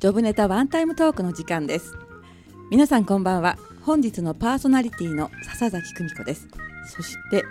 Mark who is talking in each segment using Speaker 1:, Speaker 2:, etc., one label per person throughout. Speaker 1: ジョブネタワンタイムトークの時間です皆さんこんばんは本日のパーソナリティの笹崎久美子ですそして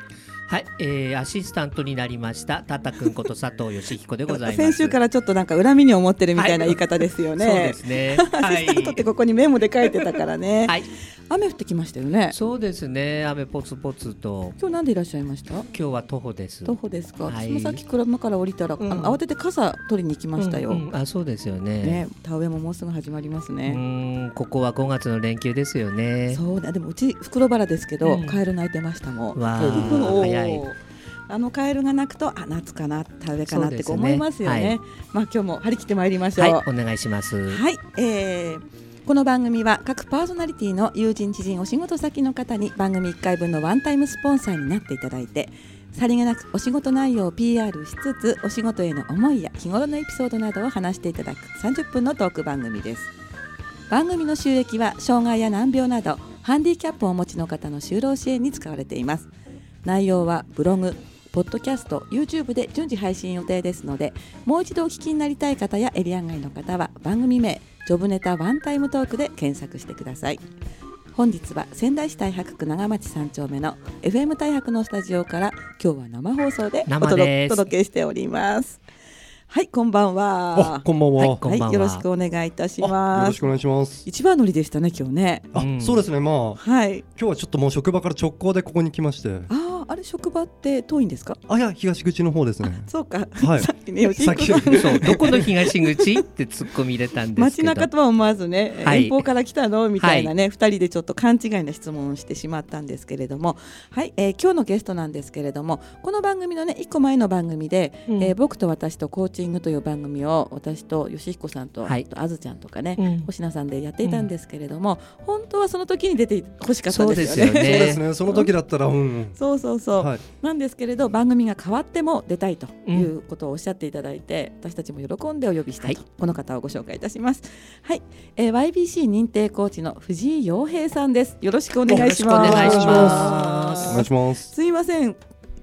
Speaker 2: はい、えー、アシスタントになりましたタタ君こと佐藤義彦でございます。
Speaker 1: 先週からちょっとなんか恨みに思ってるみたいな言い方ですよね、
Speaker 2: そうですね。
Speaker 1: アシスタントってここにメモで書いてたからね、
Speaker 2: はい、
Speaker 1: 雨降ってきましたよね
Speaker 2: そうですね。雨ポツポツと
Speaker 1: 今日なんでいらっしゃいました
Speaker 2: 今日は徒歩です。
Speaker 1: 徒歩ですか、
Speaker 2: はい
Speaker 1: 私もさっき車から降りたら、
Speaker 2: うん
Speaker 1: あの慌てて傘取りに行きましたよ、
Speaker 2: うんうんあ、そうですよね。
Speaker 1: ね、田植えももうすぐ始まります
Speaker 2: う
Speaker 1: ね、
Speaker 2: ーん、ここは5月の連休ですよね。
Speaker 1: そうだでもうち袋原ですけど、
Speaker 2: うん
Speaker 1: カエル鳴いてましたもん
Speaker 2: わあ
Speaker 1: おー
Speaker 2: 早い
Speaker 1: あのカエルが鳴くとあ夏かな田植えかなってこう
Speaker 2: そうですね
Speaker 1: 思いますよね
Speaker 2: はい
Speaker 1: まあ今日も張り切ってまいりましょう
Speaker 2: はい、
Speaker 1: は
Speaker 2: お願いします。
Speaker 1: い、えーこの番組は各パーソナリティの友人知人お仕事先の方に番組1回分のワンタイムスポンサーになっていただいてさりげなくお仕事内容を PR しつつお仕事への思いや日頃のエピソードなどを話していただく30分のトーク番組です番組の収益は障害や難病などハンディキャップをお持ちの方の就労支援に使われています内容はブログポッドキャスト YouTube で順次配信予定ですのでもう一度お聞きになりたい方やエリア外の方は番組名「ジョブネタワンタイムトーク」で検索してください本日は仙台市太白区長町三丁目の FM 太白のスタジオから今日は生放送でお
Speaker 2: 生
Speaker 1: 届
Speaker 2: です
Speaker 1: 届けしておりますはいこんばんは
Speaker 3: あ、こんばんは。
Speaker 2: はいこんばんは
Speaker 1: よろしくお願いいたし
Speaker 3: あよ
Speaker 1: ま
Speaker 3: ろし
Speaker 1: す
Speaker 3: くお願いします。
Speaker 1: 一番乗りでしたね今日ね
Speaker 3: あ、
Speaker 2: うん
Speaker 3: そうですね。まあ
Speaker 1: はい
Speaker 3: 今日はちょっともう職場から直行でここに来まして、
Speaker 1: あああれ職場って遠いんですか
Speaker 3: あいや東口の方ですね。
Speaker 1: そうか、
Speaker 3: はい
Speaker 1: さっきね吉
Speaker 3: さっ
Speaker 1: 彦
Speaker 3: き
Speaker 1: さん
Speaker 2: そう、どこの東口って突っ込み入れたんです
Speaker 1: 街
Speaker 2: けど。
Speaker 1: 中とは思わずね、
Speaker 2: はい
Speaker 1: 遠方から来たのみたいなね、二人でちょっと勘違いな質問をしてしまったんですけれども、はい、えー今日のゲストなんですけれども、この番組のね一個前の番組で、
Speaker 2: うん
Speaker 1: えー僕と私とコーチングという番組を私と吉彦さんと、
Speaker 2: はい
Speaker 1: あとあずちゃんとかね、
Speaker 2: うん
Speaker 1: 星名さんでやっていたんですけれども、本当はその時に出てほしかったんです
Speaker 2: そう
Speaker 1: よね。
Speaker 2: ですよ
Speaker 3: そう
Speaker 2: ね
Speaker 3: ですね。その時だったら、うん、
Speaker 1: そうそうそう、
Speaker 3: はい。
Speaker 1: なんですけれど番組が変わっても出たいということをおっしゃっていただいて、私たちも喜んでお呼びしたいと、
Speaker 2: は
Speaker 1: この方をご紹介いたしますはい、えー、YBC 認定コーチの藤井洋平さんですよろしくお願いします
Speaker 2: よろしくお願いし
Speaker 3: お
Speaker 2: ます
Speaker 3: 願いします。
Speaker 1: すいません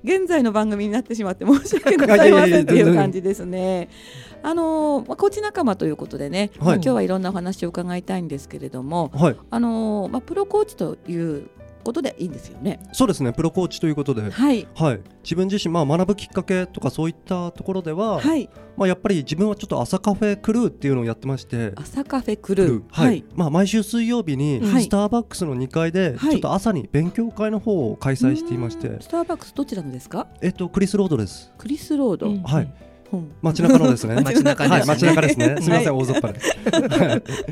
Speaker 1: 現在の番組になってしまって申し訳ございませんっていう感じですね。あのーまあ、コーチ仲間ということでね、
Speaker 3: はい
Speaker 1: 今日はいろんなお話を伺いたいんですけれども、
Speaker 3: はい。
Speaker 1: あのーまあ、プロコーチということでいいんですよね。
Speaker 3: そうですね。プロコーチということで。
Speaker 1: はい、
Speaker 3: はい、自分自身、まあ、学ぶきっかけとかそういったところでは、
Speaker 1: はい、
Speaker 3: まあ、やっぱり自分はちょっと朝カフェクルーっていうのをやってまして
Speaker 1: 朝カフェク
Speaker 3: ク
Speaker 1: ルー。
Speaker 3: はいまあ、毎週水曜日に
Speaker 1: はい
Speaker 3: スターバックスの2階で
Speaker 1: はい
Speaker 3: ちょっと朝に勉強会の方を開催していまして、
Speaker 1: うーんスターバックスどちらのですか？
Speaker 3: えっと、クリス・ロードです
Speaker 1: クリスロード。
Speaker 2: うん
Speaker 3: はい。
Speaker 1: うん
Speaker 3: 街中 のですね
Speaker 2: 街中ですね
Speaker 3: はい、街中ですね。すみませ
Speaker 1: は
Speaker 3: ん、大雑把で。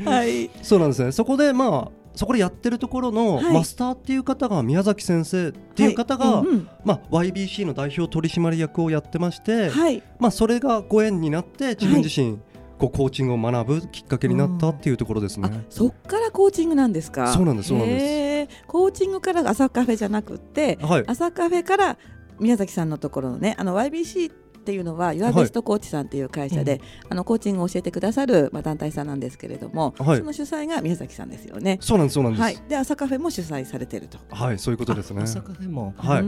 Speaker 3: は
Speaker 1: は
Speaker 3: い
Speaker 1: い。
Speaker 3: そうなんですね。そこで、まあ、そこでやってるところの
Speaker 1: はい
Speaker 3: マスターっていう方が宮崎先生っていう方が、
Speaker 1: はいうん
Speaker 3: まあ YBC の代表取締役をやってまして、
Speaker 1: はい。
Speaker 3: まあそれがご縁になって自分自身、こうコーチングを学ぶきっかけになったっていうところです
Speaker 1: あ
Speaker 3: ね。、
Speaker 1: そっからコーチングなんですか？
Speaker 3: そうなんですそうなんです
Speaker 1: です。コーチングから朝カフェじゃなくって、
Speaker 3: はい。
Speaker 1: 朝カフェから宮崎さんのところのね、あの YBC っていうのは Your
Speaker 3: はい
Speaker 1: Best コーチさんっていう会社で、あのコーチングを教えてくださるまあ団体さんなんですけれども、
Speaker 3: はい
Speaker 1: その主催が宮崎さんですよね。
Speaker 3: そうなんですそうなんです。
Speaker 1: は
Speaker 3: はいい。。
Speaker 1: で朝カフェも主催されてると。
Speaker 3: そういうことですね
Speaker 2: あ。朝カフェも。
Speaker 3: はいう
Speaker 1: ー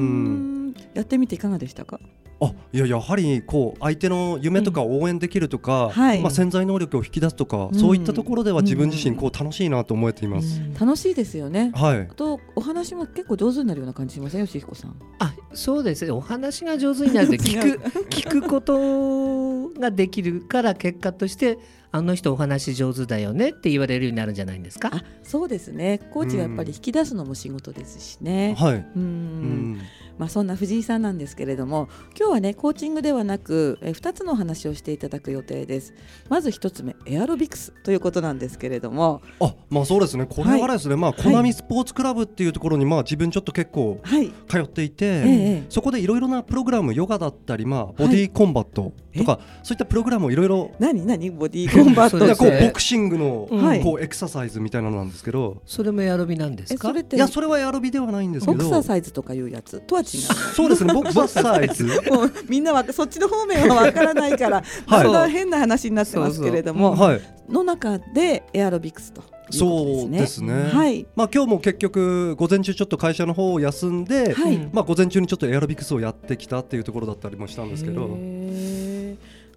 Speaker 1: んやってみていかがでしたか？
Speaker 3: あ、いややはりこう相手の夢とかを応援できるとか、
Speaker 1: んはい
Speaker 3: まあ潜在能力を引き出すとか、
Speaker 1: うん
Speaker 3: そういったところでは自分自身こう楽しいなと思えています。
Speaker 2: うん
Speaker 1: 楽しいですよね。
Speaker 3: はい
Speaker 1: あ。とお話も結構上手になるような感じしません吉彦さん。
Speaker 2: あ、そうですね。お話が上手になると 聞
Speaker 1: 違う
Speaker 2: く聞くことができるから結果としてあの人お話上手だよねって言われるようになるんじゃないんですか。
Speaker 1: あ、そうですね。コーチがやっぱり引き出すのも仕事ですしね。う
Speaker 3: はい。
Speaker 1: ん
Speaker 3: うん
Speaker 1: まあそんな藤井さんなんですけれども、今日はねコーチングではなく、えー二つのお話をしていただく予定です。まず一つ目エアロビクスということなんですけれども、
Speaker 3: あまあそうですね、これはですね、まあ、
Speaker 1: い
Speaker 3: コナミスポーツクラブっていうところに、まあ、自分ちょっと結構
Speaker 1: はい。
Speaker 3: 通っていて、
Speaker 1: ええ
Speaker 3: そこでいろいろなプログラム、ヨガだったり、まあ、ボディーコンバット、
Speaker 1: ええ
Speaker 3: とかそういったプログラムをいろいろ
Speaker 1: 何何ボディーコンバット
Speaker 2: そうで
Speaker 3: なんか
Speaker 2: す
Speaker 3: こ
Speaker 2: ね
Speaker 3: うボクシングの
Speaker 1: はい
Speaker 3: こうエクササイズみたいなのなんですけど、
Speaker 2: それもエアロビなんです
Speaker 1: え
Speaker 2: か
Speaker 1: それって
Speaker 3: いやそれはエアロビではないんですけ
Speaker 1: ボクサー
Speaker 3: ど
Speaker 1: サイズとかいうやつとは違う
Speaker 3: そうですねボクサーサイズ
Speaker 1: もうみんなはそっちの方面はわからないから、
Speaker 3: はい
Speaker 1: だんだん変な話になってますけれども
Speaker 2: そう
Speaker 3: はい
Speaker 1: の中でエアロビクスということですね。
Speaker 3: そうですね
Speaker 1: はい、
Speaker 3: まあ今日も結局午前中ちょっと会社の方を休んで、
Speaker 1: はい、
Speaker 2: うん
Speaker 3: まあ午前中にちょっとエアロビクスをやってきたっていうところだったりもしたんですけ
Speaker 1: へ
Speaker 3: ど、
Speaker 1: ー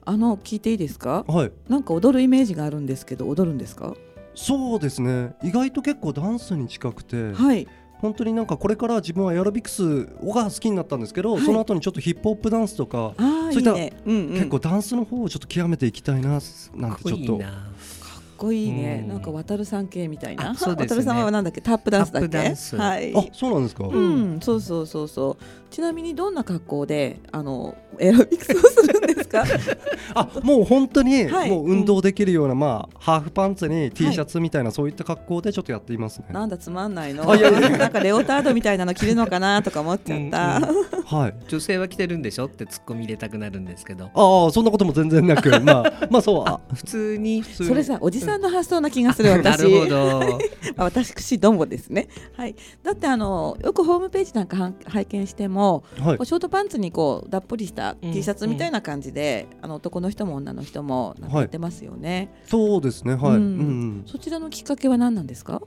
Speaker 1: あの聞いていいですか？
Speaker 3: はい、
Speaker 1: なんか踊るイメージがあるんですけど踊るんですか？
Speaker 3: そうですね意外と結構ダンスに近くて、
Speaker 1: はい。
Speaker 3: 本当になんかこれから自分はエアロビクスが好きになったんですけど、
Speaker 1: はい
Speaker 3: その後にちょっとヒップホップダンスとか、
Speaker 1: ああい
Speaker 3: そうい
Speaker 1: い
Speaker 3: った
Speaker 1: ね。うんうん。
Speaker 3: 結構
Speaker 1: か
Speaker 3: ダンスの方をちょっと極めていきたいななん
Speaker 2: か
Speaker 3: て
Speaker 2: っこ
Speaker 3: ちょ
Speaker 2: い
Speaker 3: っ
Speaker 2: い
Speaker 3: と
Speaker 2: な
Speaker 1: っこいいね。
Speaker 2: うん
Speaker 1: なんか渡るさん系みたいな。
Speaker 2: あそうで
Speaker 1: 渡
Speaker 2: すね
Speaker 1: るさんはなんだっけタップダンスだっけ？
Speaker 2: タップダンス
Speaker 1: はい。
Speaker 3: あそうなんですか、
Speaker 1: うん、そうそうそうそう。ちなみにどんな格好であのエアロビクスをするんですか？
Speaker 3: あもう本当に、
Speaker 1: はい
Speaker 3: もう運動できるような、まあ、ハーフパンツに T シャツみたいな、そういった格好でちょっとやっていますね。
Speaker 1: なんだつまんないの？
Speaker 3: あいやいやいや
Speaker 1: なんかレオタードみたいなの着るのかなとか思っちゃった。
Speaker 2: うん
Speaker 3: はい
Speaker 2: 女性は着てるんでしょって突っ込み入れたくなるんですけど
Speaker 3: ああそんなことも全然 なくまあまあそうあ
Speaker 2: 普通に普通に
Speaker 1: それさおじさんの発想な気がする
Speaker 2: な
Speaker 1: 私。
Speaker 2: るほど
Speaker 1: まあ私どもですね。はい。だってあのよくホームページなんかはん拝見しても、
Speaker 3: はい
Speaker 1: こうショートパンツにこうだっぷりした T シャツみたいな感じで、あの男の人も女の人もなんか
Speaker 3: はい
Speaker 1: やってますよね。
Speaker 3: そうですねはい、
Speaker 1: う
Speaker 3: うんんうん
Speaker 1: そちらのきっかけは何なんですか？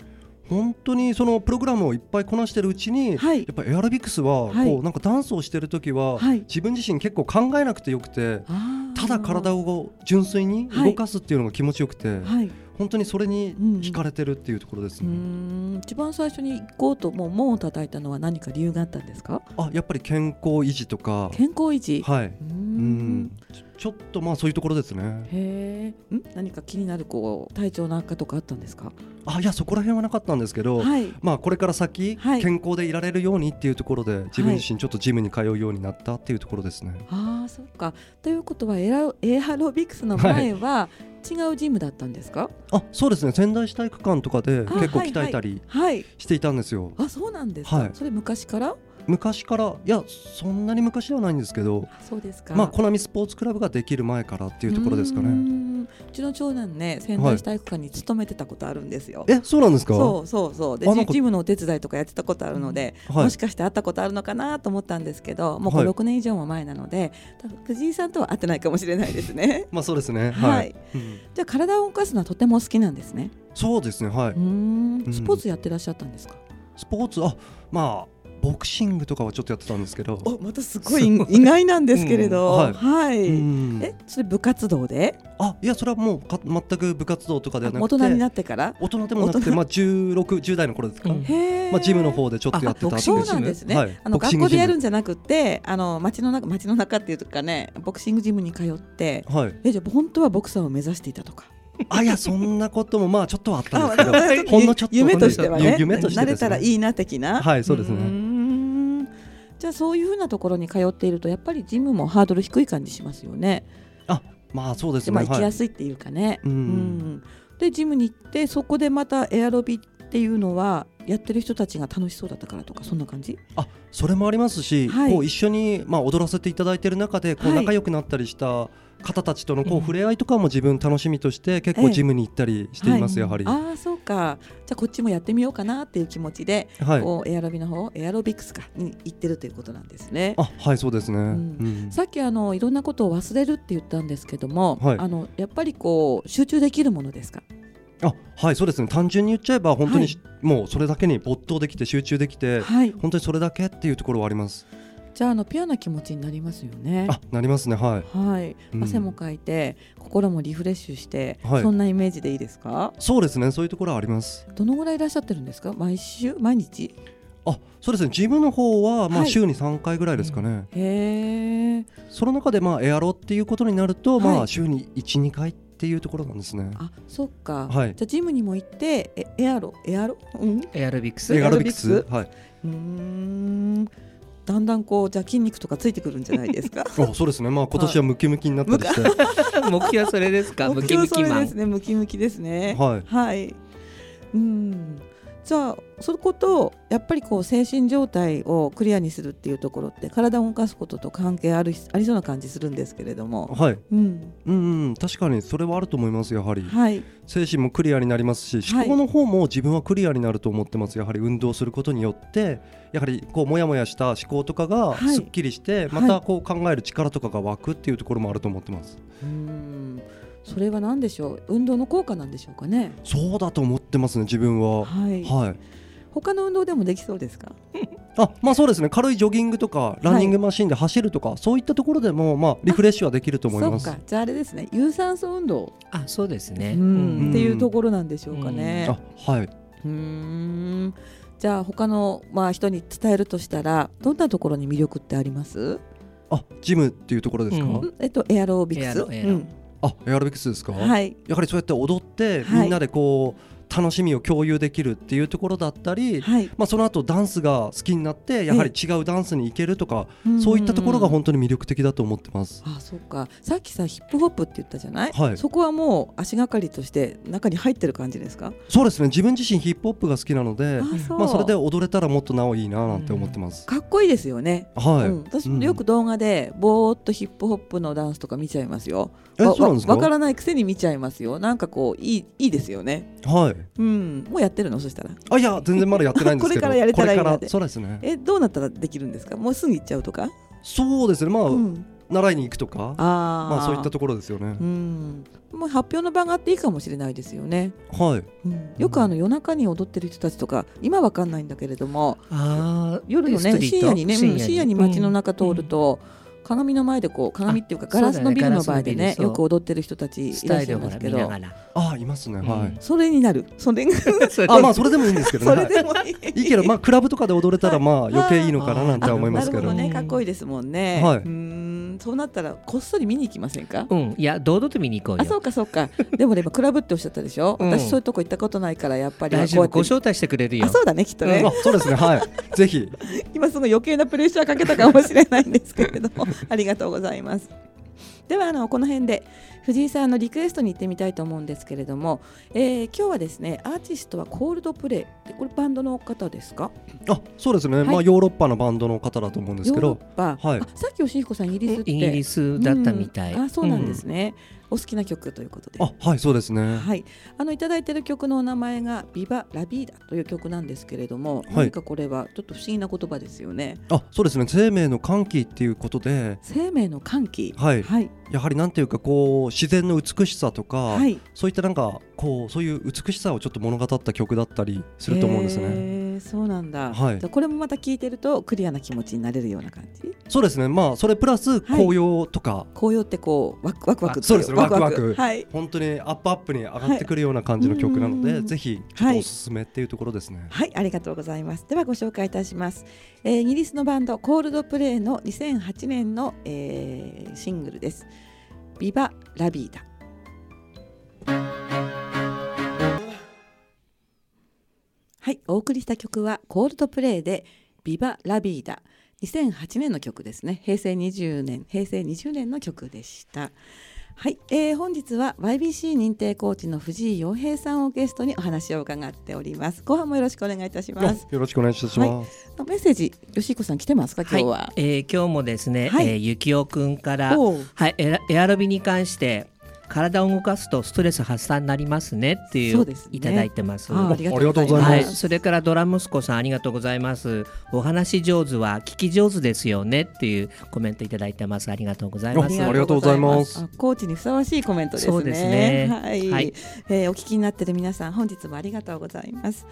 Speaker 3: 本当にそのプログラムをいっぱいこなしてるうちに、
Speaker 1: はい
Speaker 3: やっぱエアロビクスは、
Speaker 1: はい
Speaker 3: こうなんかダンスをしてる時は、
Speaker 1: はい
Speaker 3: 自分自身結構考えなくてよくて
Speaker 1: あー
Speaker 3: ただ体を純粋に
Speaker 1: はい
Speaker 3: 動かすっていうのが気持ちよくて、
Speaker 1: はい。
Speaker 3: 本当にそれに惹かれてるっていうところです
Speaker 1: うー
Speaker 3: ね、
Speaker 1: ん。一番最初に行こうともう門を叩いたのは何か理由があったんですか？
Speaker 3: あやっぱり健康維持とか
Speaker 1: 健康維持。
Speaker 3: はいう
Speaker 1: ー
Speaker 3: うんん。ちょちょっとまあそういうところですね
Speaker 1: へえ。ん何か気になるこう体調の悪化とかあったんですか？
Speaker 3: あいやそこら辺はなかったんですけど、
Speaker 1: はい。
Speaker 3: まあこれから先、
Speaker 1: はい
Speaker 3: 健康でいられるようにっていうところで自分自身ちょっとジムに通うようになったっていうところですね、
Speaker 1: ああそっか。ということはエラエアロビクスの前は違うジムだったんですか？
Speaker 3: あそうですね仙台市体育館とかで
Speaker 1: あ
Speaker 3: 結構
Speaker 1: はいは
Speaker 3: 鍛
Speaker 1: い
Speaker 3: えたり
Speaker 1: はい。
Speaker 3: していたんですよ、
Speaker 1: あそうなんですか。
Speaker 3: はい
Speaker 1: それ昔から？
Speaker 3: 昔からいやそんなに昔ではないんですけど
Speaker 1: あそうですか。
Speaker 3: まあコナミスポーツクラブができる前からっていうところですか
Speaker 1: うー
Speaker 3: ね
Speaker 1: ん。うちの長男ね仙台市体育館に勤めてたことあるんですよ。
Speaker 3: えそうなんですか
Speaker 1: そうそうそうで
Speaker 3: あなんか
Speaker 1: ジムのお手伝いとかやってたことあるので、
Speaker 3: はい
Speaker 1: もしかして会ったことあるのかなと思ったんですけどもう
Speaker 3: はい
Speaker 1: 56年以上も前なので、多分藤井さんとは会ってないかもしれないですね
Speaker 3: まあそうです
Speaker 1: は
Speaker 3: ね
Speaker 1: い、
Speaker 3: はい、うん
Speaker 1: じゃあ体を動かすのはとても好きなんですね
Speaker 3: そうですねはいう
Speaker 1: ーん
Speaker 3: うん
Speaker 1: スポーツやってらっしゃったんですか、
Speaker 3: スポーツあまあボクシングとかはちょっとやってたんですけど
Speaker 1: おまたすごい意外なんですけれど、
Speaker 3: うん
Speaker 1: はい、
Speaker 3: うん
Speaker 1: えそれ部活動で
Speaker 3: あいやそれはもうか全く部活動とかではな
Speaker 1: あ
Speaker 3: くて
Speaker 1: 大人になってから
Speaker 3: 大人でもなくて、まあ、1610代の頃ですか、
Speaker 2: うん
Speaker 1: へえ
Speaker 3: まあ、ジムの方でちょっとやってたって
Speaker 2: あ
Speaker 3: いう
Speaker 1: そうなんですね、
Speaker 3: はい
Speaker 1: あの
Speaker 3: ボクシ
Speaker 1: 学
Speaker 3: ング
Speaker 1: 校で
Speaker 3: ジム
Speaker 1: やるんじゃなくてあの街の中街の中っていうかねボクシングジムに通って
Speaker 3: はい、
Speaker 1: えじゃあ本当はボクサーを目指していたとか
Speaker 3: あいやそんなこともまあちょっとはあったんですけど
Speaker 1: あ
Speaker 3: ほんのちょっと
Speaker 1: 夢としてはね
Speaker 3: ゆ夢として
Speaker 1: 慣
Speaker 3: ですね
Speaker 1: れたらいいな的な、
Speaker 3: はいそうです
Speaker 1: うー
Speaker 3: ね
Speaker 1: んじゃあそういうふうなところに通っているとやっぱりジムもハードル低い感じしますよね
Speaker 3: まあそうです
Speaker 1: で
Speaker 3: ね、
Speaker 1: まあ行き
Speaker 3: は
Speaker 1: や
Speaker 3: い
Speaker 1: すいっていうかね、
Speaker 3: うん
Speaker 1: んでジムに行ってそこでまたエアロビっていうのはやってる人たちが楽しそうだったからとかそんな感じ
Speaker 3: あそれもありますし、
Speaker 1: はい
Speaker 3: こう一緒に、まあ、踊らせていただいてる中でこ
Speaker 1: は
Speaker 3: う
Speaker 1: い
Speaker 3: 仲良くなったりした方たちとのこ
Speaker 2: う
Speaker 3: うん触れ合いとかも自分楽しみとして結
Speaker 1: え
Speaker 3: 構
Speaker 1: え
Speaker 3: ジムに行ったりしています、
Speaker 2: はい
Speaker 3: やは
Speaker 1: ああそうかじゃあこっちもやってみようかなっていう気持ちで、
Speaker 3: り。はい
Speaker 1: こうエアロビの方エアロビクスかに行ってるということなんですね。
Speaker 3: あはいそうですね、うん
Speaker 1: さっきあのいろんなことを忘れるって言ったんですけども、
Speaker 3: はい
Speaker 1: あのやっぱりこう集中できるものですか。
Speaker 3: あはいそうですね単純に言っちゃえば本当に、
Speaker 1: はい
Speaker 3: もうそれだけに没頭できて集中できて、
Speaker 1: はい。
Speaker 3: 本当にそれだけっていうところはあります。
Speaker 1: じゃああのピュアな気持ちになりますよね。
Speaker 3: あなりますねはい。
Speaker 1: はい。
Speaker 3: うん
Speaker 1: 汗もかいて、心もリフレッシュして、
Speaker 3: はい
Speaker 1: そんなイメージでいいですか。
Speaker 3: そうですねそういうところはあります。
Speaker 1: どのぐらいいらっしゃってるんですか。毎週毎日。
Speaker 3: あそうですねジムの方はま
Speaker 1: は
Speaker 3: あ
Speaker 1: い
Speaker 3: 週に3回ぐらいですかね、
Speaker 1: へえ。
Speaker 3: その中でまあエアロっていうことになると、
Speaker 1: はい
Speaker 3: まあ週に12回っていうところなんですね
Speaker 1: あ、そっか。
Speaker 3: はい
Speaker 1: じゃあジムにも行って、えエアロエアロ。うん。う
Speaker 2: エアロビクス
Speaker 3: エアロビク
Speaker 1: エアロ
Speaker 3: スはい
Speaker 1: ーん。だんだんこうじゃあ筋肉とかついてくるんじゃないです か。
Speaker 3: あそうですねまあ今年はムキムキになったりして、は
Speaker 2: 目標はそれですかムキムキ
Speaker 1: それ
Speaker 2: マン
Speaker 1: ですね。ムキムキですね。
Speaker 3: い、
Speaker 1: はい。うん。じゃあそことやっぱりこう精神状態をクリアにするっていうところって体を動かすことと関係あるありそうな感じするんですけれども、
Speaker 3: はい、
Speaker 1: うん、
Speaker 3: うんうん、確かにそれはあると思いますやはり、
Speaker 1: はい
Speaker 3: 精神もクリアになりますし
Speaker 1: は
Speaker 3: 思
Speaker 1: い
Speaker 3: 考の方も自分はクリアになると思ってますやはり運動することによってやはりこうモヤモヤした思考とかが
Speaker 1: はい
Speaker 3: すっきりして、
Speaker 1: はい
Speaker 3: またこう考える力とかが湧くっていうところもあると思ってます、
Speaker 1: うんそれは何でしょう運動の効果なんでしょうかね
Speaker 3: そうだと思ってますね自分は、
Speaker 1: はい、
Speaker 3: はい
Speaker 1: 他の運動でもできそうですか
Speaker 3: あまあそうですね軽いジョギングとかランニングマシンで走るとか、そういったところでもまあリフレッシュはできると思います
Speaker 1: そうかじゃああれですね有酸素運動、
Speaker 2: あそうです
Speaker 1: う
Speaker 2: ね、
Speaker 1: ん
Speaker 3: うん
Speaker 1: っていうところなんでしょうかね、
Speaker 3: あはい、
Speaker 1: うーんじゃあ他のまあ人に伝えるとしたらどんなところに魅力ってあります？
Speaker 3: あジムっていうところですか、
Speaker 2: うん
Speaker 1: んえっとエアロビク
Speaker 2: エア
Speaker 1: ス。
Speaker 2: ロエアロ
Speaker 1: うん
Speaker 3: あエアロビクスですか、
Speaker 1: はい
Speaker 3: やはりそうやって踊って、
Speaker 1: はい
Speaker 3: みんなでこう楽しみを共有できるっていうところだったり、
Speaker 1: はい。
Speaker 3: まあ、その後ダンスが好きになってやはり違うダンスに行けるとか、そういったところが
Speaker 1: うん
Speaker 3: 本当に魅力的だと思ってます。
Speaker 1: あそうかさっきさヒップホップって言ったじゃない、
Speaker 3: はい
Speaker 1: そこはもう足がかりとして中に入ってる感じですか、
Speaker 3: そうですね自分自身ヒップホップが好きなので
Speaker 1: あそう、
Speaker 3: まあ、それで踊れたらもっとなおいいななんて思ってます。
Speaker 1: かっこいいですよね、
Speaker 3: はい、
Speaker 1: うん、私もよく動画でぼーっとヒップホップのダンスとか見ちゃいますよ
Speaker 3: え
Speaker 1: わ
Speaker 3: そうなんですか
Speaker 1: わわからないくせに見ちゃいますよなんかこういいいいですよね
Speaker 3: はい
Speaker 1: うんもうやってるのそしたら
Speaker 3: あいや全然まだやってないんですけど
Speaker 1: これからやれたらいいなって
Speaker 3: これからそうですね
Speaker 1: えどうなったらできるんですかもうすぐ行っちゃうとか、
Speaker 3: そうですねまあ、
Speaker 1: うん、
Speaker 3: 習いに行くとか
Speaker 1: あー
Speaker 3: まあそういったところですよね
Speaker 1: う、ん、もう発表の場があっていいかもしれないですよね。
Speaker 3: はい
Speaker 1: うん、よくあの夜中に踊ってる人たちとか今わかんないんだけれども
Speaker 2: あー
Speaker 1: 夜の
Speaker 2: ス
Speaker 1: ね
Speaker 2: トリー
Speaker 1: 深
Speaker 2: ト
Speaker 1: 夜にねうん深夜に街の中通る
Speaker 2: うん
Speaker 1: と、鏡の前でこう鏡っていうか
Speaker 2: あそ
Speaker 1: ガ
Speaker 2: うだ
Speaker 1: ラス
Speaker 2: ね
Speaker 1: のビルの前で
Speaker 2: ガラ
Speaker 1: ね
Speaker 2: スのビルそう
Speaker 1: よく踊ってる人たちい
Speaker 2: ス
Speaker 1: ら
Speaker 2: タ
Speaker 1: っ
Speaker 2: イ
Speaker 1: しゃい
Speaker 2: ルをほ
Speaker 1: ま
Speaker 2: ら
Speaker 1: すけ
Speaker 2: 見な
Speaker 1: ど
Speaker 2: がら
Speaker 3: あいますねはい、
Speaker 2: うん
Speaker 1: それになる そ れが
Speaker 2: それで
Speaker 3: あまあそれでもいいんですけど
Speaker 1: そ
Speaker 3: ね
Speaker 1: れで
Speaker 3: はい
Speaker 1: もいい。
Speaker 3: いいけ どまあクラブとかで踊れたらまあ
Speaker 1: い
Speaker 3: 余計いいのかななんては思いますけ
Speaker 1: なる
Speaker 3: ど
Speaker 1: ほどねかっこいいですもんね。
Speaker 3: はいう
Speaker 1: ーんそうなったらこっそり見に行きませんか
Speaker 2: うんいや堂々と見に行こうよ
Speaker 1: あそうかそうかでもね今クラブっておっしゃったでしょ、
Speaker 2: うん
Speaker 1: 私そういうとこ行ったことないからやっぱりこ
Speaker 2: 大
Speaker 1: う
Speaker 2: 丈
Speaker 1: や
Speaker 2: 夫
Speaker 1: って
Speaker 2: ご招待してくれるよ
Speaker 1: あそうだねきっとね、
Speaker 3: あそうです ねはいぜひ
Speaker 1: 今すぐ余計なプレッシャーかけたかもしれないんですけれどもありがとうございますではあのこの辺で藤井さんのリクエストに行ってみたいと思うんですけれども、えー今日はですねアーティストはコールドプレイでこれバンドの方ですか
Speaker 3: あそうですね、
Speaker 1: はい
Speaker 3: まあヨーロッパのバンドの方だと思うんですけ
Speaker 1: ヨー
Speaker 3: ど
Speaker 1: ロッパ、
Speaker 3: はい
Speaker 1: あさっき吉彦さんイギリスって
Speaker 2: イギリスだったみたい、
Speaker 1: うんあそうなんですね、お好きな曲ということで
Speaker 3: あはいそうですね
Speaker 1: はい、あのいただいてる曲のお名前が「ビバ・ラビーダ」という曲なんですけれども、
Speaker 3: い
Speaker 1: 何かこれはちょっと不思議な言葉ですよね。
Speaker 3: あそうですね生命の歓喜っていうことで
Speaker 1: 生命の歓喜、
Speaker 3: はい
Speaker 1: はい、
Speaker 3: やはりなんていうかこう自然の美しさとか、
Speaker 1: はい、
Speaker 3: そういったなんかこうそういう美しさをちょっと物語った曲だったりすると思うんですね
Speaker 1: へーそうなんだ、
Speaker 3: はい
Speaker 1: じゃあこれもまた聞いてるとクリアな気持ちになれるような感じ。
Speaker 3: そうですねまあそれプラス紅葉とか、
Speaker 1: 紅葉ってこうワクワクワク
Speaker 3: あそうですね
Speaker 1: ワクワ
Speaker 3: ワク
Speaker 1: ク
Speaker 3: ワク
Speaker 1: はい。
Speaker 3: 本当にアップアップに上がってくるような感じの曲なので、
Speaker 1: はいうん
Speaker 3: ぜひちょっとおすすめっていうところですね、
Speaker 1: はい、ありがとうございます。ではご紹介いたします。えーイギリスのバンドコールドプレイの2008年の、えーシングルです。ビバラビーダ。はい、お送りした曲はコールドプレイでビバラビーダ。2008年の曲ですね。平成20年、平成20年の曲でした。はい、えー本日は YBC 認定コーチの藤井洋平さんをゲストにお話を伺っております。後半もよろしくお願いいたします。
Speaker 3: よろしくお願いいたします、
Speaker 1: メッセージ、吉彦さん来てますか今日は。
Speaker 2: い、えー今日もですね、
Speaker 1: はい
Speaker 2: えーゆきおくんから
Speaker 1: おう
Speaker 2: はいエアエアロビに関して体を動かすとストレス発散になりますねっていう
Speaker 1: そうですね
Speaker 2: いただいてます。
Speaker 1: あー
Speaker 3: あ
Speaker 2: はい、
Speaker 3: りがとうございま
Speaker 2: それからドラ息子さんありがとうございます。お話上手は聞き上手ですよねっていうコメントいただいてます。ありがとうございます。
Speaker 3: ありがとうございます
Speaker 1: あコーチにふさわしいコメントですね。
Speaker 2: そうですね
Speaker 1: はい、
Speaker 2: はい
Speaker 1: えーお聞きになってる皆さん、本日もありがとうございます。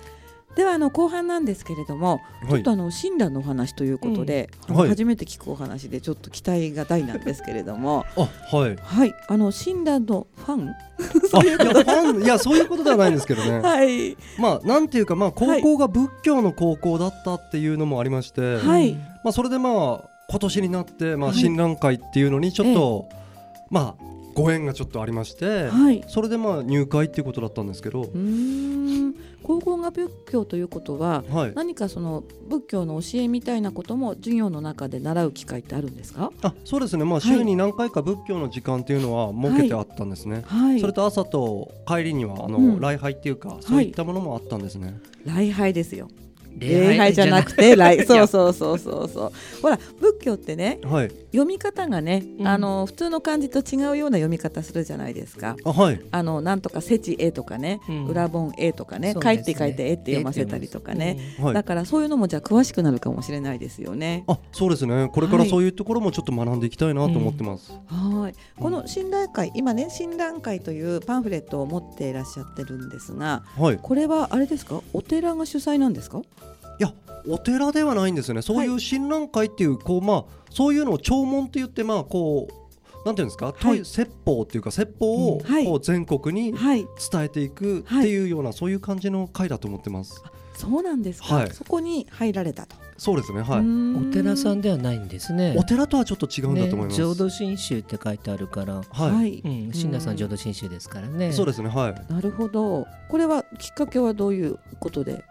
Speaker 1: ではあの後半なんですけれども、ちょっとあの診断のお話ということで、
Speaker 3: う
Speaker 1: あ
Speaker 3: ん
Speaker 1: の
Speaker 3: はい
Speaker 1: 初めて聞くお話でちょっと期待が大なんですけれども、
Speaker 3: あはい
Speaker 1: はい、あの診断のファン、
Speaker 3: あいやファンいやそういうことではないんですけどね
Speaker 1: はい、
Speaker 3: まあなんていうかまあ高校が仏教の高校だったっていうのもありまして、
Speaker 1: はい、
Speaker 3: まあそれでまあ今年になってま
Speaker 1: は
Speaker 3: あ
Speaker 1: い
Speaker 3: 新覧会っていうのにちょっと、まあご縁がちょっとありまして、
Speaker 1: はい、
Speaker 3: それでまあ入会っていうことだったんですけど、
Speaker 1: うーん、こ高校が仏教ということは
Speaker 3: はい。
Speaker 1: 何かその仏教の教えみたいなことも授業の中で習う機会ってあるんですか
Speaker 3: あ、そうですね。まあ週に何回か仏教の時間っていうのは設けてあったんですね。
Speaker 1: はい
Speaker 3: それと朝と帰りにはあの、
Speaker 1: うん
Speaker 3: 礼拝っていうかそういったものもあったんですね。
Speaker 1: 礼拝ですよ礼
Speaker 2: 礼
Speaker 1: 拝じゃなくて礼そうそうそうそうそうほら仏教ってね
Speaker 3: はい。
Speaker 1: 読み方がね、
Speaker 2: うん
Speaker 1: あの普通の漢字と違うような読み方するじゃないですか
Speaker 3: あ、はい。
Speaker 1: あのなんとか「せちえ」とかね
Speaker 2: うん
Speaker 1: 「裏本え」とかね
Speaker 2: そ
Speaker 1: 「
Speaker 2: うで
Speaker 1: 書
Speaker 2: すね
Speaker 1: いて書いてえ」って読ませたりとかね、
Speaker 3: はい。
Speaker 1: だからそういうのもじゃあ詳しくなるかもしれないですよね。
Speaker 3: あ、そうですね。これから
Speaker 1: はい
Speaker 3: そういうところもちょっと学んでいきたいなと思ってます。
Speaker 1: はいこの信頼会今ね「信頼会」というパンフレットを持っていらっしゃってるんですが
Speaker 3: はい。い
Speaker 1: これはあれですかお寺が主催なんですか
Speaker 3: や、お寺ではないんですね。そうい
Speaker 1: は
Speaker 3: う親鸞会っていうこうまあそういうのを弔問と言ってまあこう。なんていうんですか、
Speaker 1: はい
Speaker 3: と説法っていうか説法を
Speaker 1: うんはい
Speaker 3: こう全国に
Speaker 1: はい
Speaker 3: 伝えていくっていうようなそういう感じの会だと思ってます。
Speaker 1: そうなんですか、
Speaker 3: はい
Speaker 1: そこに入られたと。
Speaker 3: そうですね。はい。
Speaker 2: お寺さんではないんですね
Speaker 3: お寺とはちょっと違うんだと思います。
Speaker 2: ね浄土真宗って書いてあるから、
Speaker 1: はい、
Speaker 3: はい。
Speaker 2: うん、信奈さ
Speaker 1: うん
Speaker 2: ん浄土真宗ですからね
Speaker 3: そうですね。はい。
Speaker 1: なるほどこれはきっかけはどういうことで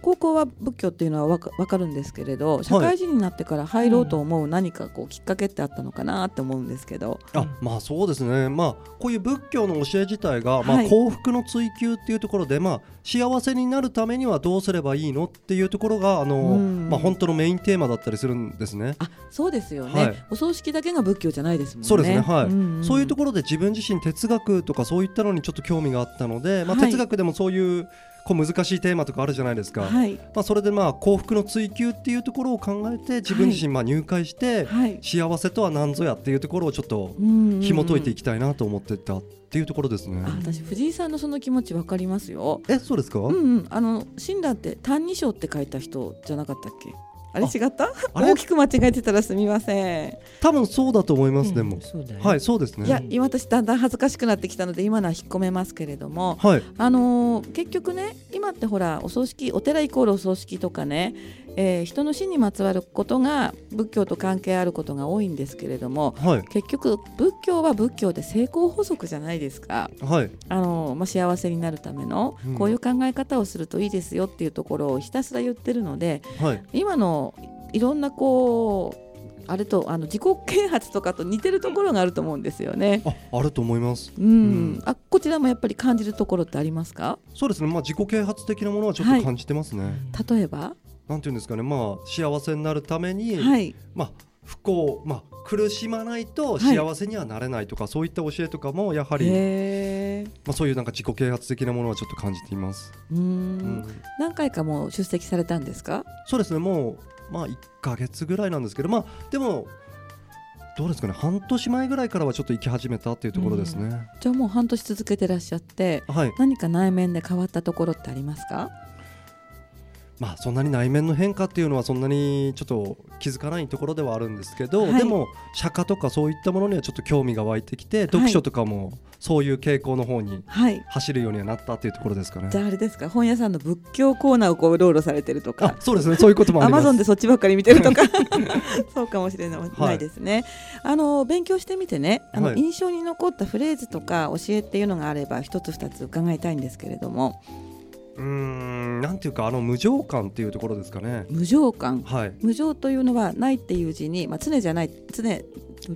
Speaker 1: 高校は仏教っていうのはわかわかるんですけれど社会人になってから入ろうと思う何かこうきっかけってあったのかなって思うんですけど、
Speaker 3: あまあそうですね、まあ、こういう仏教の教え自体が、ま
Speaker 1: は
Speaker 3: あ、
Speaker 1: い
Speaker 3: 幸福の追求っていうところで、まあ、幸せになるためにはどうすればいいのっていうところがあの、
Speaker 1: うん
Speaker 3: まあ、本当のメインテーマだったりするんですね。
Speaker 1: あそうですよね、
Speaker 3: はい
Speaker 1: お葬式だけが仏教じゃないですもんね。
Speaker 3: そうですねはい
Speaker 1: んん
Speaker 3: そういうところで自分自身哲学とかそういったのにちょっと興味があったので、まあ、
Speaker 1: はい
Speaker 3: 哲学でもそういうこう難しいテーマとかあるじゃないですか、
Speaker 1: はい
Speaker 3: まあ、それでまあ幸福の追求っていうところを考えて自分自身まあ入会して、
Speaker 1: はい、
Speaker 3: 幸せとは何ぞやっていうところをちょっと紐解いてい
Speaker 1: き
Speaker 3: きたいなと思ってたっていうところですね。
Speaker 1: あ私藤井さんのその気持ちわかりますよ。
Speaker 3: えそうですか、
Speaker 1: うんうんあの親鸞って「歎異抄」って書いた人じゃなかったっけあれ
Speaker 3: あ
Speaker 1: 違った
Speaker 3: あれ
Speaker 1: 大きく間違えてたらすみません。
Speaker 3: 多分そうだと思います、
Speaker 2: うん
Speaker 3: でも。
Speaker 2: そうだよ
Speaker 3: はい、そうです
Speaker 1: いや
Speaker 3: ね。
Speaker 1: 今私だんだん恥ずかしくなってきたので今のは引っ込めますけれども
Speaker 3: はい、
Speaker 1: あのー結局ね今ってほらお葬式お寺イコールお葬式とかね、えー人の死にまつわることが仏教と関係あることが多いんですけれども
Speaker 3: はい、
Speaker 1: 結局仏教は仏教で成功法則じゃないですか、
Speaker 3: はい、
Speaker 1: あのーまあ、幸せになるための
Speaker 3: うん
Speaker 1: こういう考え方をするといいですよっていうところをひたすら言ってるので
Speaker 3: はい。
Speaker 1: 今のいろんなこうあれとあの自己啓発とかと似てるところがあると思うんですよね。
Speaker 3: あ、あると思います。
Speaker 1: うん、
Speaker 3: うん
Speaker 1: あこちらもやっぱり感じるところってありますか
Speaker 3: そうですね。まあ自己啓発的なものはちょっ
Speaker 1: は
Speaker 3: と
Speaker 1: い
Speaker 3: 感じてますね。
Speaker 1: 例えば、
Speaker 3: なんていうんですかね。まあ幸せになるために、
Speaker 1: はい、
Speaker 3: まあ不幸、まあ苦しまない
Speaker 1: は
Speaker 3: と
Speaker 1: い
Speaker 3: 幸せにはなれないとか、そういった教えとかもやはり、
Speaker 1: へえ
Speaker 3: まあそういうなんか自己啓発的なものはちょっと感じています。
Speaker 1: うーん
Speaker 3: うん
Speaker 1: 何回かもう出席されたんですか
Speaker 3: そうですね。もうまあ一ヶ月ぐらいなんですけど、まあでもどうですかね。半年前ぐらいからはちょっと行き始めたっていうところですね。
Speaker 1: じゃあもう半年続けてらっしゃって
Speaker 3: はい。
Speaker 1: 何か内面で変わったところってありますか
Speaker 3: まあそんなに内面の変化っていうのはそんなにちょっと気づかないところではあるんですけど、
Speaker 1: はい
Speaker 3: でも釈迦とかそういったものにはちょっと興味が湧いてきて読書とかもそういう傾向の方に
Speaker 1: はい
Speaker 3: 走るようにはなったっていうところですかね。
Speaker 1: じゃああれですか本屋さんの仏教コーナーをこううろうろされてると
Speaker 3: あ
Speaker 1: か
Speaker 3: そうですねそういうこともあ
Speaker 1: ア
Speaker 3: りま
Speaker 1: マ
Speaker 3: す。
Speaker 1: ゾンでそっちばっかり見てると かそうかもしれない
Speaker 3: はい
Speaker 1: ですね、あの勉強してみてねあの、
Speaker 3: はい
Speaker 1: 印象に残ったフレーズとか教えっていうのがあれば一つ二つ伺いたいんですけれども
Speaker 3: うーんなんていうかあの無常感っていうところですかね。
Speaker 1: 無常感
Speaker 3: はい。
Speaker 1: 無常というのはないっていう字に、まあ、常じゃない常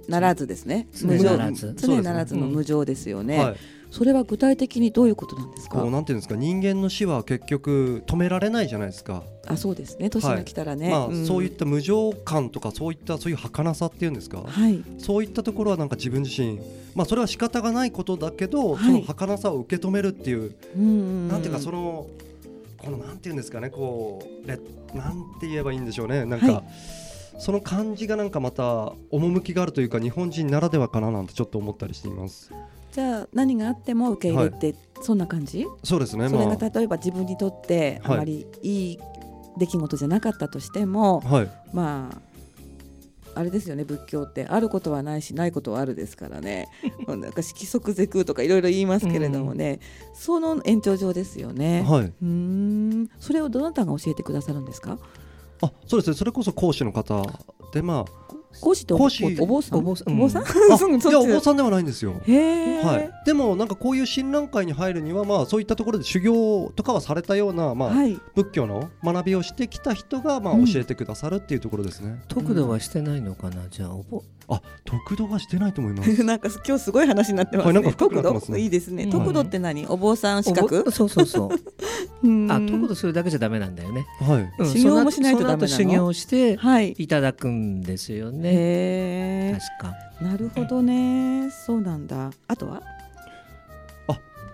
Speaker 1: ならずですね
Speaker 2: 常
Speaker 1: 無常
Speaker 2: ならず
Speaker 1: 常ならず
Speaker 3: そうですね
Speaker 1: の無常ですよね、
Speaker 3: はい、
Speaker 1: それは具体的にどういうことなんです
Speaker 3: こ
Speaker 1: か
Speaker 3: うなんていうんですか人間の死は結局止められないじゃないですか、
Speaker 1: あそうですね年が来たらね、
Speaker 3: まあ、
Speaker 1: ん
Speaker 3: そういった無常感とかそういったそういう儚さっていうんですか、
Speaker 1: はい
Speaker 3: そういったところはなんか自分自身、まあ、それは仕方がないことだけ
Speaker 1: は
Speaker 3: ど、
Speaker 1: い
Speaker 3: その儚さを受け止めるっていう、
Speaker 1: うん
Speaker 3: なんていうかそ
Speaker 1: の
Speaker 3: のこのなんていうんですかねこうレなんて言えばいいんでしょうねなんか、
Speaker 1: は
Speaker 3: その感じがなんかまた趣があるというか日本人ならではかななんてちょっと思ったりしています
Speaker 1: じゃあ何があっても受け入れて、そんな感じ
Speaker 3: そうですね
Speaker 1: そ
Speaker 3: ま
Speaker 1: れが例えば自分にとってあ
Speaker 3: はい
Speaker 1: まりいい出来事じゃなかったとしても、
Speaker 3: あはい
Speaker 1: まああれですよね仏教ってあることはないしないことはあるですからねなんか色即是空とかいろいろ言いますけれどもね、その延長上ですよね。
Speaker 3: はい、
Speaker 1: うーんそれをどなたが教えてくださるんですか
Speaker 3: あそうですねそれこそ講師の方でまあ
Speaker 1: 講師ってお
Speaker 3: 講師
Speaker 1: お坊さん
Speaker 2: お坊さん
Speaker 1: お坊さん
Speaker 3: あ
Speaker 1: そんそっち
Speaker 3: いやお坊さんではないんですよ。
Speaker 1: へえ、
Speaker 3: はい、でもなんかこういう新覧会に入るにはまあそういったところで修行とかはされたようなまあ、
Speaker 1: はい
Speaker 3: 仏教の学びをしてきた人がまあ
Speaker 1: うん
Speaker 3: 教えてくださるっていうところですね。
Speaker 2: 得度はしてないのかなじゃあおぼ
Speaker 3: あ、得度はしてないと思いま す。
Speaker 1: なんか今日すごい話になってますね。
Speaker 3: はいなんか深くなってますね
Speaker 1: 特度いいですね。
Speaker 2: うん
Speaker 1: 特度って何？お坊さん資
Speaker 2: お
Speaker 1: 格
Speaker 2: ぼ？そうそうそう
Speaker 1: うん
Speaker 2: あ得度するだけじゃダメなんだよね、
Speaker 3: はい。
Speaker 2: うん
Speaker 1: 修行もしないと
Speaker 2: その
Speaker 1: ダメなの
Speaker 2: 後その後修行して
Speaker 1: はい。
Speaker 2: いただくんですよね、
Speaker 1: へ
Speaker 2: 確か
Speaker 1: え。なるほどね。そうなんだ。あとは？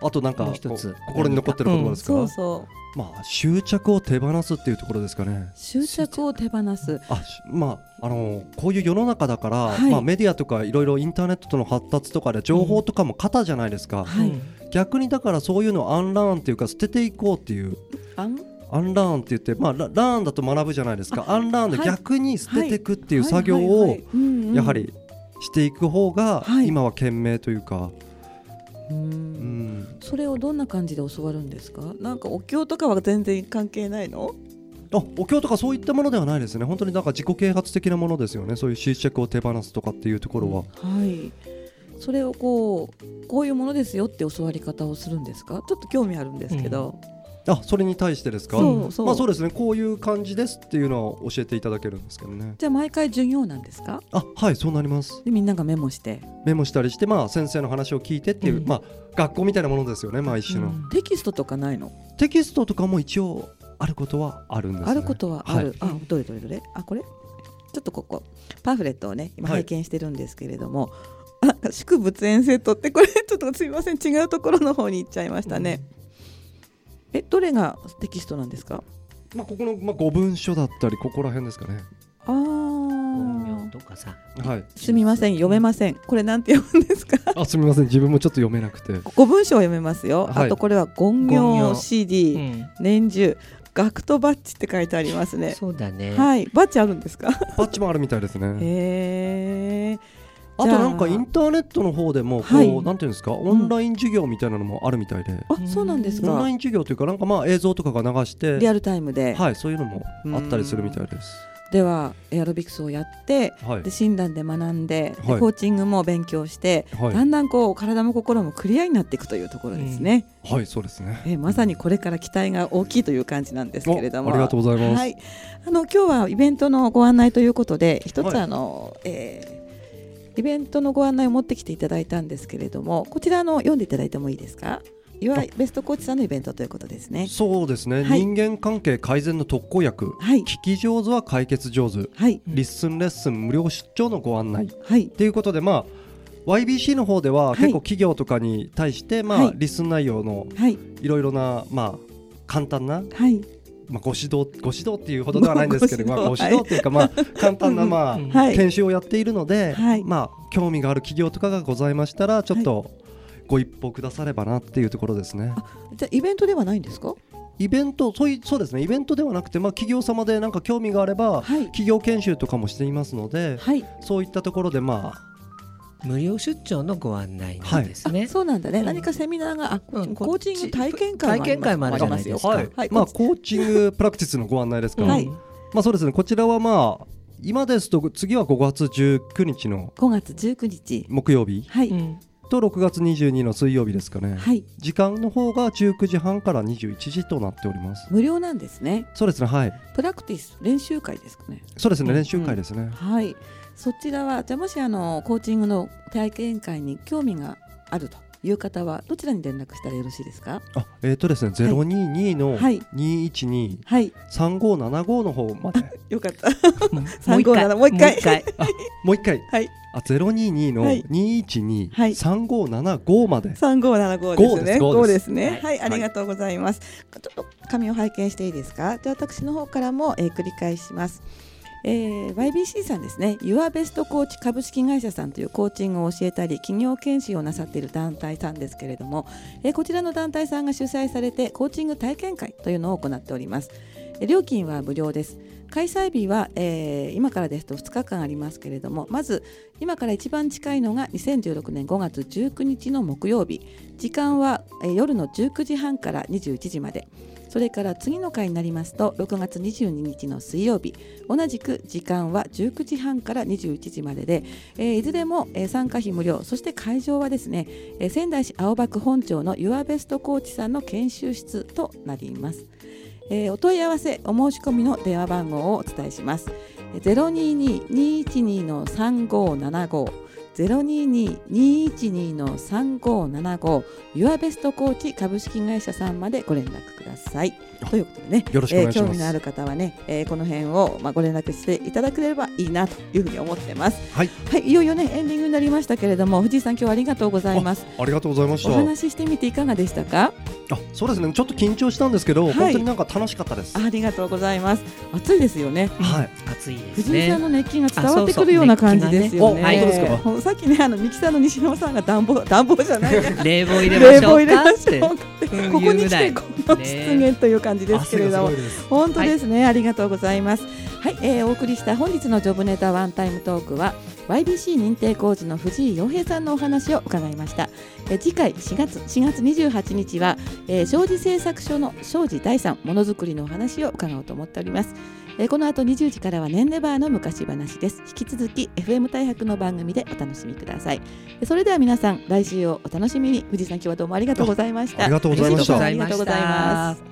Speaker 3: あとなんか
Speaker 2: もう一つ
Speaker 3: こう心に残ってる言葉ですか。
Speaker 1: そうそう。
Speaker 3: まあ執着を手放すっていうところですかね。
Speaker 1: 執着を手放す。
Speaker 3: あ、しまああのこういう世の中だから、
Speaker 1: はい
Speaker 3: まあメディアとかいろいろインターネットとの発達とかで情報とかも型じゃないですか。
Speaker 1: はい
Speaker 2: うん
Speaker 3: 逆にだからそういうのをアンラーンっていうか捨てていこうっていう。
Speaker 1: あん
Speaker 3: アンラーンって言って、まあ、ララーンだと学ぶじゃないですかアンラーンで
Speaker 1: はい
Speaker 3: 逆に捨てていくっていう
Speaker 1: はい
Speaker 3: 作業
Speaker 1: はいは
Speaker 3: を
Speaker 1: いうんうん
Speaker 3: やはりしていく方が
Speaker 1: はい
Speaker 3: 今は懸命というか、
Speaker 1: う
Speaker 3: うんん、
Speaker 1: それをどんな感じで教わるんですか？なんかお経とかは全然関係ないの？
Speaker 3: あお経とかそういったものではないですね本当になんか自己啓発的なものですよねそういう執着を手放すとかっていうところは、
Speaker 1: はい。それをこうこういうものですよって教わり方をするんですか？ちょっと興味あるんですけど。
Speaker 3: あそれに対してですか
Speaker 1: そうそう。
Speaker 3: まあそうですねこういう感じですっていうのは教えていただけるんですけどね
Speaker 1: じゃあ毎回授業なんですか？
Speaker 3: あはいそうなります
Speaker 1: でみんながメモして
Speaker 3: メモしたりしてまあ先生の話を聞いてっていう、
Speaker 2: うん
Speaker 3: まあ学校みたいなものですよねまあ一種の、
Speaker 2: うん
Speaker 1: テキストとかないの？
Speaker 3: テキストとかも一応あることはあるんです、ね、
Speaker 1: あることはある。
Speaker 3: はい
Speaker 1: あどれどれどれ？あこれ？ちょっとここパンフレットをね今
Speaker 3: はい
Speaker 1: 拝見してるんですけれども、あ祝仏園生徒ってこれ ちょっとすみません違うところの方に行っちゃいましたね。えどれがテキストなんですか？
Speaker 3: まあ、ここの、まあ、ご文書だったりここら辺ですかね
Speaker 1: あ
Speaker 2: 本名
Speaker 1: あ。
Speaker 2: とかさ
Speaker 3: はい
Speaker 1: すみません読めません。これなんて読むん ですか？
Speaker 3: あすみません自分もちょっと読めなくて
Speaker 1: ご文章を読めますよ。
Speaker 3: はい
Speaker 1: あとこれは言
Speaker 2: 言
Speaker 1: 行
Speaker 2: 行
Speaker 1: CD、年中学徒バッジって書いてありますね。
Speaker 2: そうだね、
Speaker 1: はい、バッジあるんですか。
Speaker 3: バッチもあるみたいですね
Speaker 1: へえ。
Speaker 3: あとなんかインターネットの方でもこう、
Speaker 1: はい
Speaker 3: なんていうんですかオンライン授業みたいなのもあるみたいで、
Speaker 1: あ、そうなんです
Speaker 3: オンラ
Speaker 1: か
Speaker 3: イ。ン授業というかなんかまあ映像とかが流して
Speaker 1: リアルタイムで、
Speaker 3: はいそういうのもあったりするみたいです
Speaker 1: ではエアロビクスをやって、
Speaker 3: はい
Speaker 1: で診断で学んで、で
Speaker 3: はい
Speaker 1: コーチングも勉強して、だ
Speaker 3: は
Speaker 1: んだんこう体も心もクリアになっていくというところですね。
Speaker 3: い、はい、そうですね
Speaker 1: えーまさにこれから期待が大きいという感じなんですけれども。
Speaker 3: おありがとうございます
Speaker 1: はい、あの今日はイベントのご案内ということで、一
Speaker 3: は
Speaker 1: つ
Speaker 3: い
Speaker 1: あの、えーイベントのご案内を持ってきていただいたんですけれども、こちらあの読んでいただいてもいいですか？いわゆるベストコーチさんのイベントということですね。
Speaker 3: そうですね、
Speaker 1: はい
Speaker 3: 人間関係改善の特効薬、
Speaker 1: はい
Speaker 3: 聞き上手は解決上手
Speaker 1: はい
Speaker 3: リッスンレッスン無料出張のご案内
Speaker 1: はい
Speaker 3: っていうことで、まあ、YBC の方では
Speaker 1: はい
Speaker 3: 結構企業とかに対して、まあ
Speaker 1: はい
Speaker 3: リスン内容の
Speaker 1: はい
Speaker 3: いろいろな、まあ、簡単な、
Speaker 1: はい
Speaker 3: まあ、ご指導ご指導っていうほどではないんですけど、
Speaker 1: ご
Speaker 3: まあ、
Speaker 1: 指
Speaker 3: ご
Speaker 1: 導
Speaker 3: 指導っていうか、まあ、簡単な、まあ
Speaker 2: うん
Speaker 1: はい
Speaker 3: 研修をやっているので、
Speaker 1: はい
Speaker 3: まあ、興味がある企業とかがございましたらちょっとご一報くださればなっていうところですね。
Speaker 1: じゃあイベントではないんですか？
Speaker 3: イベントそういそうですねイベントではなくて、まあ、企業様でなんか興味があれ
Speaker 1: は
Speaker 3: ば、
Speaker 1: い
Speaker 3: 企業研修とかもしていますので、
Speaker 1: はい。
Speaker 3: そういったところでまあ
Speaker 2: 無料出張のご案内なんですね、
Speaker 1: あ、そうなんだね。
Speaker 2: うん
Speaker 1: 何かセミナーがあ、コ
Speaker 2: うん
Speaker 1: ーチング体験会
Speaker 2: 体験会もあるじゃないですか
Speaker 1: あ
Speaker 2: は
Speaker 1: りますよはい。
Speaker 3: まあ、コーチング プラクティスのご案内ですから、
Speaker 1: は
Speaker 2: う
Speaker 1: い
Speaker 2: ん
Speaker 3: まあ、そうですねこちらはまあ今ですと次は5月19日の
Speaker 1: 5月19日。
Speaker 3: 木曜日
Speaker 1: はい、
Speaker 2: うん
Speaker 3: と6月22の水曜日ですかね、
Speaker 1: はい、
Speaker 3: 時間の方が19時半から21時となっております
Speaker 1: 無料なんですね。
Speaker 3: そうですねはい
Speaker 1: プラクティス練習会ですかね。
Speaker 3: そうですね、
Speaker 2: うん
Speaker 3: 練習会ですね、
Speaker 1: はい、そちらはじゃあもしあのコーチングの体験会に興味があるという方はどちらに連絡したらよろしいですか。
Speaker 3: あえっ、とですね022の
Speaker 1: はい
Speaker 3: 212
Speaker 1: はい、
Speaker 3: 3575の方 まで、
Speaker 1: よかった。
Speaker 2: もう一回
Speaker 1: 357もう一回
Speaker 3: もう一回
Speaker 1: はい、
Speaker 3: あ022の
Speaker 1: はいはい
Speaker 3: 2123575まで、
Speaker 1: 三五七五ですね。
Speaker 3: 五です五です
Speaker 1: 五ですね。は
Speaker 2: はい
Speaker 1: い、ありがとうございます。ちょっと紙を拝見していいですか。じゃあ私の方からも、えー繰り返します。えー YBC さんですね Your Best Coach 株式会社さんというコーチングを教えたり企業研修をなさっている団体さんですけれども、えーこちらの団体さんが主催されてコーチング体験会というのを行っております、えー料金は無料です開催日は、えー今からですと2日間ありますけれどもまず今から一番近いのが2016年5月19日の木曜日時間は、えー夜の19時半から21時までそれから次の回になりますと6月22日の水曜日同じく時間は19時半から21時までで、えーいずれも、えー参加費無料そして会場はですね、えー仙台市青葉区本町の YourBest コーチさんの研修室となります、えーお問い合わせお申し込みの電話番号をお伝えしますえー022-212-3575ゼロ二二二一二の三五七五ユアベストコーチ株式会社さんまでご連絡ください。ということでね、
Speaker 3: よろしくお願い
Speaker 1: え
Speaker 3: します
Speaker 1: ー興味のある方はね、えーこの辺をまあご連絡していただければいいなというふうに思ってます。
Speaker 3: はい、
Speaker 1: はい、いよいよねエンディングになりましたけれども、藤井さん今日はありがとうございます。
Speaker 3: ありがとうございまし
Speaker 1: お
Speaker 3: た。
Speaker 1: 話ししてみていかがでしたか。
Speaker 3: あ、そうですね。ちょっと緊張したんですけど、
Speaker 1: はい
Speaker 3: 本当になんか楽しかったです。
Speaker 1: ありがとうございます。暑いですよね。
Speaker 3: はい。
Speaker 2: 暑いです
Speaker 1: 藤井さん
Speaker 2: ね。
Speaker 1: の熱気が伝わってくるような感じですよね。
Speaker 2: あそうそう熱気
Speaker 3: がねお本
Speaker 1: ほんさっきねあのミキサーの西野さんが暖房暖房じゃないや。
Speaker 2: 冷房入れ
Speaker 1: 冷
Speaker 2: ましょ
Speaker 1: 房
Speaker 2: う
Speaker 1: 入れ
Speaker 2: か
Speaker 1: ま
Speaker 2: っ
Speaker 1: しょ
Speaker 2: て
Speaker 1: うか。ここに来て
Speaker 2: ね
Speaker 1: この出現という感じですけれども、
Speaker 3: いです。
Speaker 1: 本当ですね、ありがとうございます。はい、えー、お送りした本日のジョブネタワンタイムトークは YBC 認定講師の藤井洋平さんのお話を伺いました。えー次回4月4月28日は、えー、庄司製作所の庄司第三ものづくりのお話を伺おうと思っております。えーこの後20時からは年レバーの昔話です。引き続き FM 大白の番組でお楽しみください。えーそれでは皆さん来週をお楽しみに。藤井さん今日はどうもありがとうございました。
Speaker 3: ありがとうございまし
Speaker 1: 藤
Speaker 3: た
Speaker 1: 井さんありがとうございます。